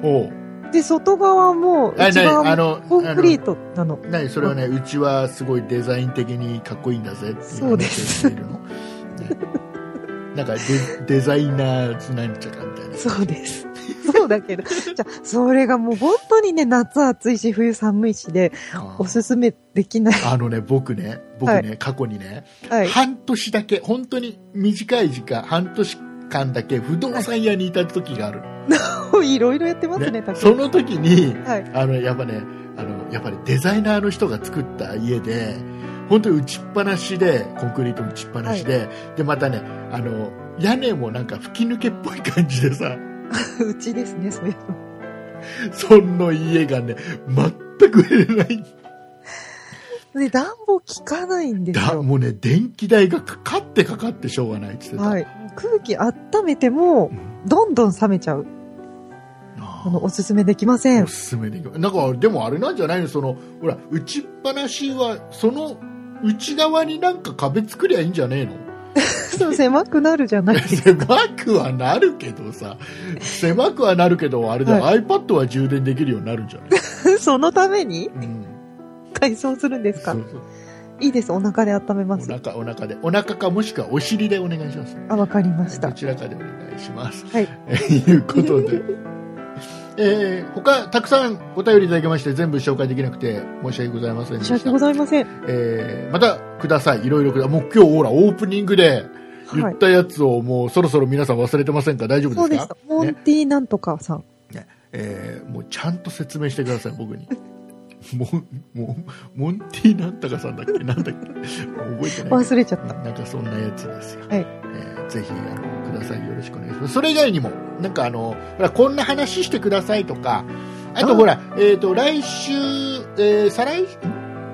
おう
で、外側も、
あ
内側も
の、
コンクリ
ト。
ートなの。
何それはね、うちはすごいデザイン的にかっこいいんだぜってい 話をしているの。ねなんかデ、デザイナーズなんちゃかみたいな。
そうです。そうだけど。じゃあそれがもう本当にね、夏暑いし、冬寒いしで、
あ
おすすめできない。
あのね、僕ね、僕ね、過去にね、
はい。
半年だけ、本当に短い時間、半年間だけ不動産屋にいた時がある。
いろいろやってます
ね
ね、竹内さ
そ
ん
の時に、
はい。
あのやっぱねあのやっぱりデザイナーの人が作った家で本当に打ちっぱなしでコンクリート打ちっぱなしで、でまたねあの屋根もなんか吹き抜けっぽい感じでさ
うちですね、そういうの。
その家がね全く売れない
で、暖房効かないんです
だ
よ。
もうね電気代がかかってかかってしょうがないって言ってた、
はい。空気温めても
う、
どんどん冷めちゃう。
あ
あの、おすすめできませ
ーお
ん。
すすめできるなんかでもあれなんじゃないのそのほら打ちっぱなしはその内側になんか壁作りゃいいんじゃねえの
そう、狭くなるじゃない ですか。
狭くはなるけどさ狭くはなるけどあれだ、iPad は充電できるようになるんじゃない、
そのために
うん、
改装するんです
そ
か
うそう
いいです、お腹で温め
お
ます。
腹お腹でお腹かもしくはお尻でお願いします
あ、わかりました
ど。ちらかでお願いします
はい。
えいうことでえー、他たくさんお便りいただきまして全部紹介できなくて申し訳ございませんで
申
し
した訳ございません。
えーまたくださいいろいろくだもう今日ほらオープニングで言
はい
っ。たやつをもうそろそろ皆さん忘れてませんか大丈
そ
夫
う
で
ですした
か。
モン
ね
ティなんとかさん。
えーもうちゃんと説明してください僕に モンモンモンティなんたかさんだっけなんだっけ覚えてない
忘れちゃった。
なんかそんなやつですよ。
はい
えーぜひあのくださいよろしくお願いします。それ以外にもなんかあのほらこんな話してくださいとか、あと
あ
ほらえっ、と来週、えー再来ん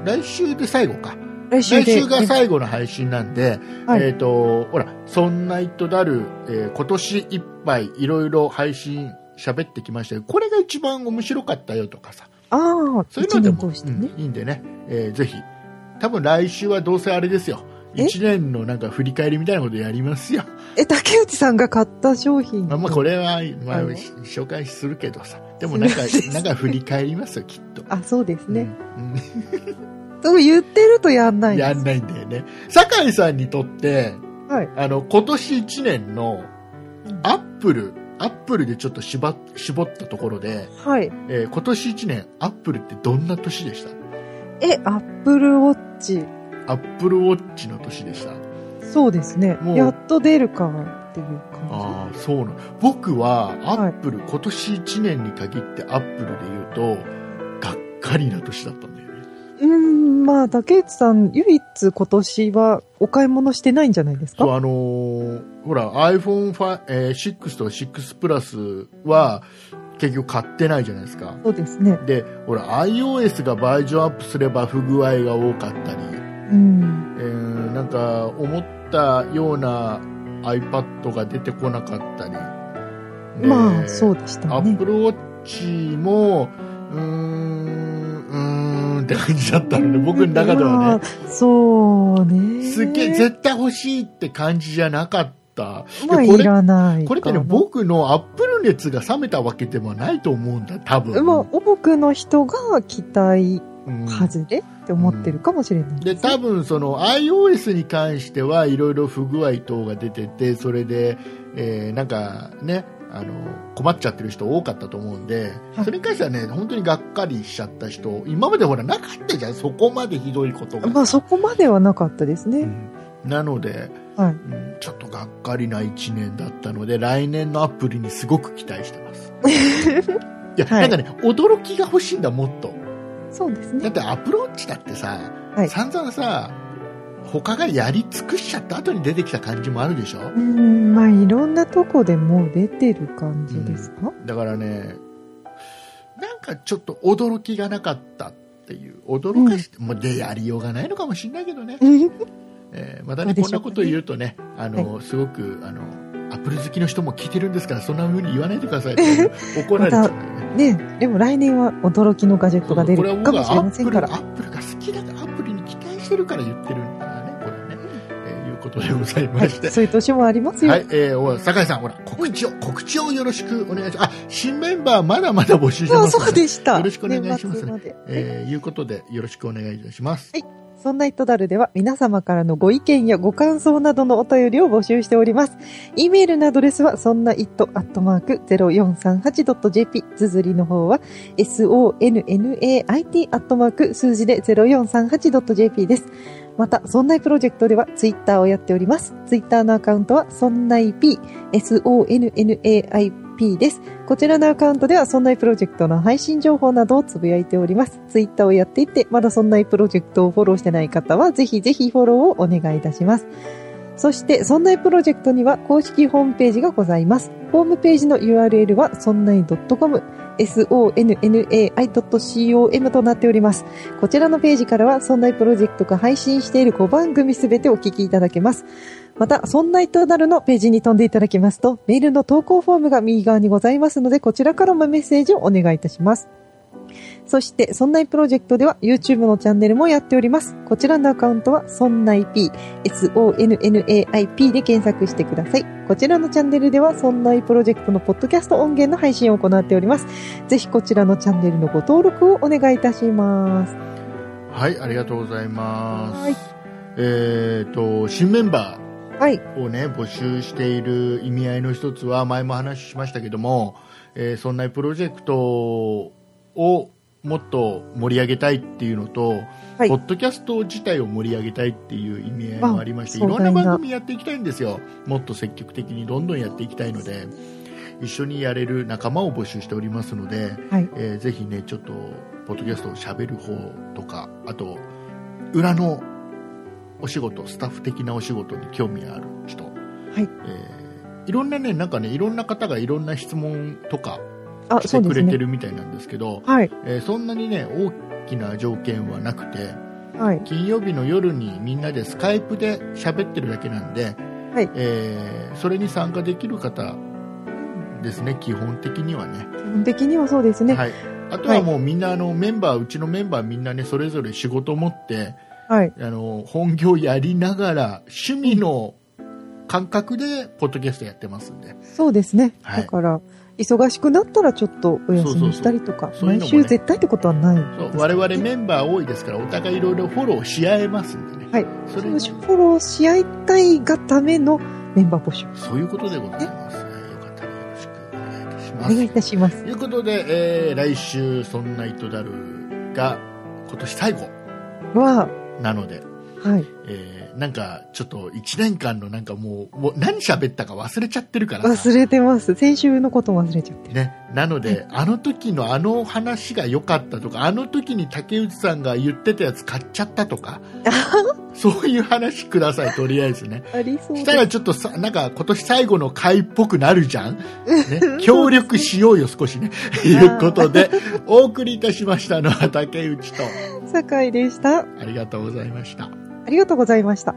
来週で最後か。
来週
来
で。
週が最後の配信なんで、
はい
えっ、とほらそんな糸だる、えー今年いっぱいいろいろ配信喋ってきましたけど、これが一番面白かったよとかさ。
ああ、
そういう
一
ので
年
も、
通してね。
うんいいんでね、えーぜひ、多分来週はどうせあれですよ、
え
1年のなんか振り返りみたいなことやります よ、
え、竹内さんが買った商品。
まあ、まあこれは、まあ、
あの
し紹介するけどさ、でもなんか
するんです
なんか振り返りますよ、きっと。
あ、そうですね。
うん
そう言ってるとやん
う
なんい
や
で
ん
す。
ないんだよね。酒井さんにとって、
はい
あの今年1年のアップル、アップルでちょっと絞絞ったところで、
はい。
えー今年1年、アップルってどんな年でした
え、アップルウォッチ。
アップルウォッチの年でした
そうですね
も。う
やっと出るかっていう感
ああそうなの僕はア
はい
ップル、今年1年に限ってアップルで言うとがっかりな年だったんだよね
じ。うーん、まあ、竹内さん、唯一今年はお買い物してないんじゃないです
そう
か
あのーほら iPhone6、えー6と6プラスは結局買ってないじゃないですか
そうですね。
でほら iOS がバージョンアップすれば不具合が多かったり、
うん。
えーなんか思ったような iPad が出てこなかったり、ね
まあ、そうでした
ア
ね
ップ。ルウォッチも、うーん、うーんって感じだったので、僕の中で
ま
は
あ
ね、。
そうね。
すっげえ、絶対欲しいって感じじゃなかった。
まあ、
でこ
い
れ
らない
これってね、
かな
僕のアップル熱が冷めたわけでもないと思うんだ、多分。
まあ、多くの人が期待
うん
外れって思ってるかもしれない
で、
ね
多分その iOS に関してはいろいろ不具合等が出てて、それで、えーなんかね、あの、困っちゃってる人多かったと思うんで、
はい
それに関してはね、本当にがっかりしちゃった人、今までほらなかったじゃん、そこまでひどいことが。
まあ、そこまではなかったです
う
ね。
んなので、
はい
うんちょっとがっかりな1年だったので、来年のアプリにすごく期待して ます。いや、
は
な
い
んかね、驚きが欲しいんだ、もっと。
そうです
だ
ね
っ。てアプローチだってさ、
はい
散々さ他がやり尽くしちゃった後に出てきた感じもあるでしょ
うん、まあ、いろんなとこでもう出てる感じですか、
だからねなんかちょっと驚きがなかったっていう驚かして、もうでやりようがないのかもしれないけど ね、えーまたね
そうでしょ
こんな
うかね
こと言うとねあの、すごくあのアップル好きの人も聞いてるんですからそんな風に言わないでくださいって 怒られちゃうんだよね
ねでも来年は驚きのガジェットが出
これは
る
僕
かも
は
しれませんから。
アップルアップルが好きだからアップルに期待してるから言ってるんだからねこれね、えーいうことでございま
はい、
して、
そういう年もありますよ。
はい、えー、お酒井さん、ほら、告知を、告知をよろしくお願いします。あ、新メンバーまだまだ募集して
ま
ま
あ、
す、
そう。でした。
よろしくお願いしますね
年末で
えー、いうことで、よろしくお願いいたします。
そんな糸だるでは皆様からのご意見やご感想などのお便りを募集しております。e メールのアドレスはそんな it.0438.jp つづりの方は sonnait. 数字で 0438.jp です。また、そんないプロジェクトではツイッターをやっております。ツイッターのアカウントはそんない p、sonnaip です。こちらのアカウントでは、そんないプロジェクトの配信情報などをつぶやいております。ツイッターをやっていて、まだそんないプロジェクトをフォローしてない方は、ぜひぜひフォローをお願いいたします。そして、そんないプロジェクトには公式ホームページがございます。ホームページの URL は、そんない .com、sonnai.com となっております。こちらのページからは、そんないプロジェクトが配信している5番組すべてお聞きいただけます。また、そんな糸なるのページに飛んでいただきますと、メールの投稿フォームが右側にございますので、こちらからもメッセージをお願いいたします。そして、そんないプロジェクトでは YouTube のチャンネルもやっております。こちらのアカウントは、そんない P、S-O-N-N-A-I-P で検索してください。こちらのチャンネルでは、そんないプロジェクトのポッドキャスト音源の配信を行っております。ぜひ、こちらのチャンネルのご登録をお願いいたします。
はい、ありがとうございます。
はい
えっ、と、新メンバ
はい。
ーをね、募集している意味合いの一つは、前も話しましたけども、えー、そんなプロジェクトを、もっと盛り上げたいっていうのと、
はい
ポッドキャスト自体を盛り上げたいっていう意味合いもありまして、い
ま
ろん
あ
な
壮大な
番組やっていきたいんですよ。もっと積極的にどんどんやっていきたいので、一緒にやれる仲間を募集しておりますので、
はい
えーぜひね、ちょっと、ポッドキャストを喋る方とか、あと、裏のお仕事、スタッフ的なお仕事に興味ある人、
い
えーいろんなね、なんかね、いろんな方がいろんな質問とか
あ、
して
そうで
く
す
れて
ね。
るみたいなんですけど、
はい。
えーそんなにね、大きな条件はなくて、
はい。
金曜日の夜にみんなでスカイプで喋ってるだけなんで、
はい
えーそれに参加できる方ですね、基本的にはね。
基本的にはそうですね。
はい、あとはもうみんなあのメンバー、うちのメンバーみんなね、それぞれ仕事を持って、
はい。
あの本業やりながら、趣味の感覚でポッドキャストやってますんで、
そうですね。
はい
だから、忙しくなったらちょっとお休みしたりと
そ
か、
うそうそうそういうのもね
毎週絶対ってことはないです
そ
ね、
う我々メンバー多いですから、お互いいろいろフォローし合えますんでね、
はい
それ
もしフォローし合いたいがためのメンバー募集。
そういうことでございます。はいよかったらよろしくお願いいたし
お
ま
願いい
す。
たします
と。いうことで、えー来週、そんな糸だるが今年最後
は、
なので、
はい。
えーなんかちょっと1年間のなんかもうもう何喋ったか忘れちゃってるからさ
忘れてます。先週のこと忘れちゃってる。
ね、なので、あの時のあの話が良かったとか、あの時に竹内さんが言ってたやつ買っちゃったと か、そういう話ください、とりあえずね。
ありそうで
し
す
たらちょっとさ、なんか今年最後の回っぽくなるじゃん、ね、協力しようよ、少しね。ということで、お送りいたしましたのは竹内と、
酒井でした。
ありがとうございました。
ありがとうございました。